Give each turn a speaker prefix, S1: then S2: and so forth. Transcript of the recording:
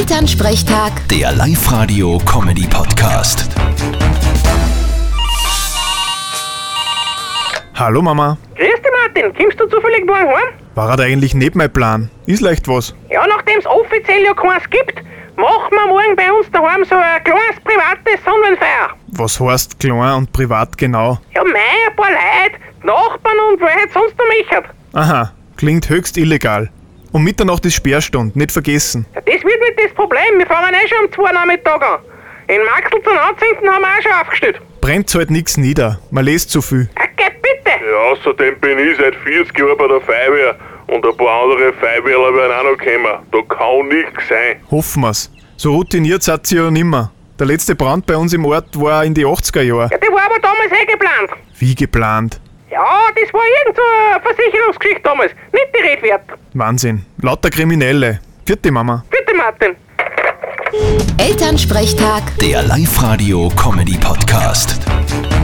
S1: Elternsprechtag,
S2: Der Live-Radio-Comedy-Podcast.
S3: Hallo Mama,
S4: Grüß dich, Martin. Kommst du zufällig morgen heim?
S3: war halt eigentlich nicht mein Plan. Ist leicht was.
S4: Ja, nachdem es offiziell ja keins gibt, machen wir morgen bei uns daheim so ein kleines privates Sonnenfeuer.
S3: Was heißt klein und privat genau?
S4: Ja, mei, ein paar Leute, die Nachbarn und wer halt sonst noch mich hat.
S3: Aha, klingt höchst illegal. Um Mitternacht ist Sperrstunde, nicht vergessen.
S4: Ja, das wird nicht das Problem. Wir fangen eh schon um zwei Nachmittag an. In Maxl zum Anzünden haben wir auch schon aufgestellt.
S3: Brennt halt nix nieder, man lest zu viel.
S4: Ah, geh bitte.
S5: Ja, außerdem bin ich seit 40 Jahren bei der Feuerwehr und ein paar andere Feuerwehrler werden auch noch kommen. Da kann nichts sein.
S3: Hoffen wir's. So routiniert seid ihr ja nimmer. Der letzte Brand bei uns im Ort war in die 80er Jahre.
S4: Ja, die war aber damals eh geplant.
S3: Wie geplant.
S4: Ja, das war irgend so eine Versicherungsgeschichte damals. Nicht die Rede wert.
S3: Wahnsinn. Lauter Kriminelle. Vierte Mama.
S4: Bitte, Martin.
S1: Elternsprechtag.
S2: Der Live-Radio-Comedy-Podcast.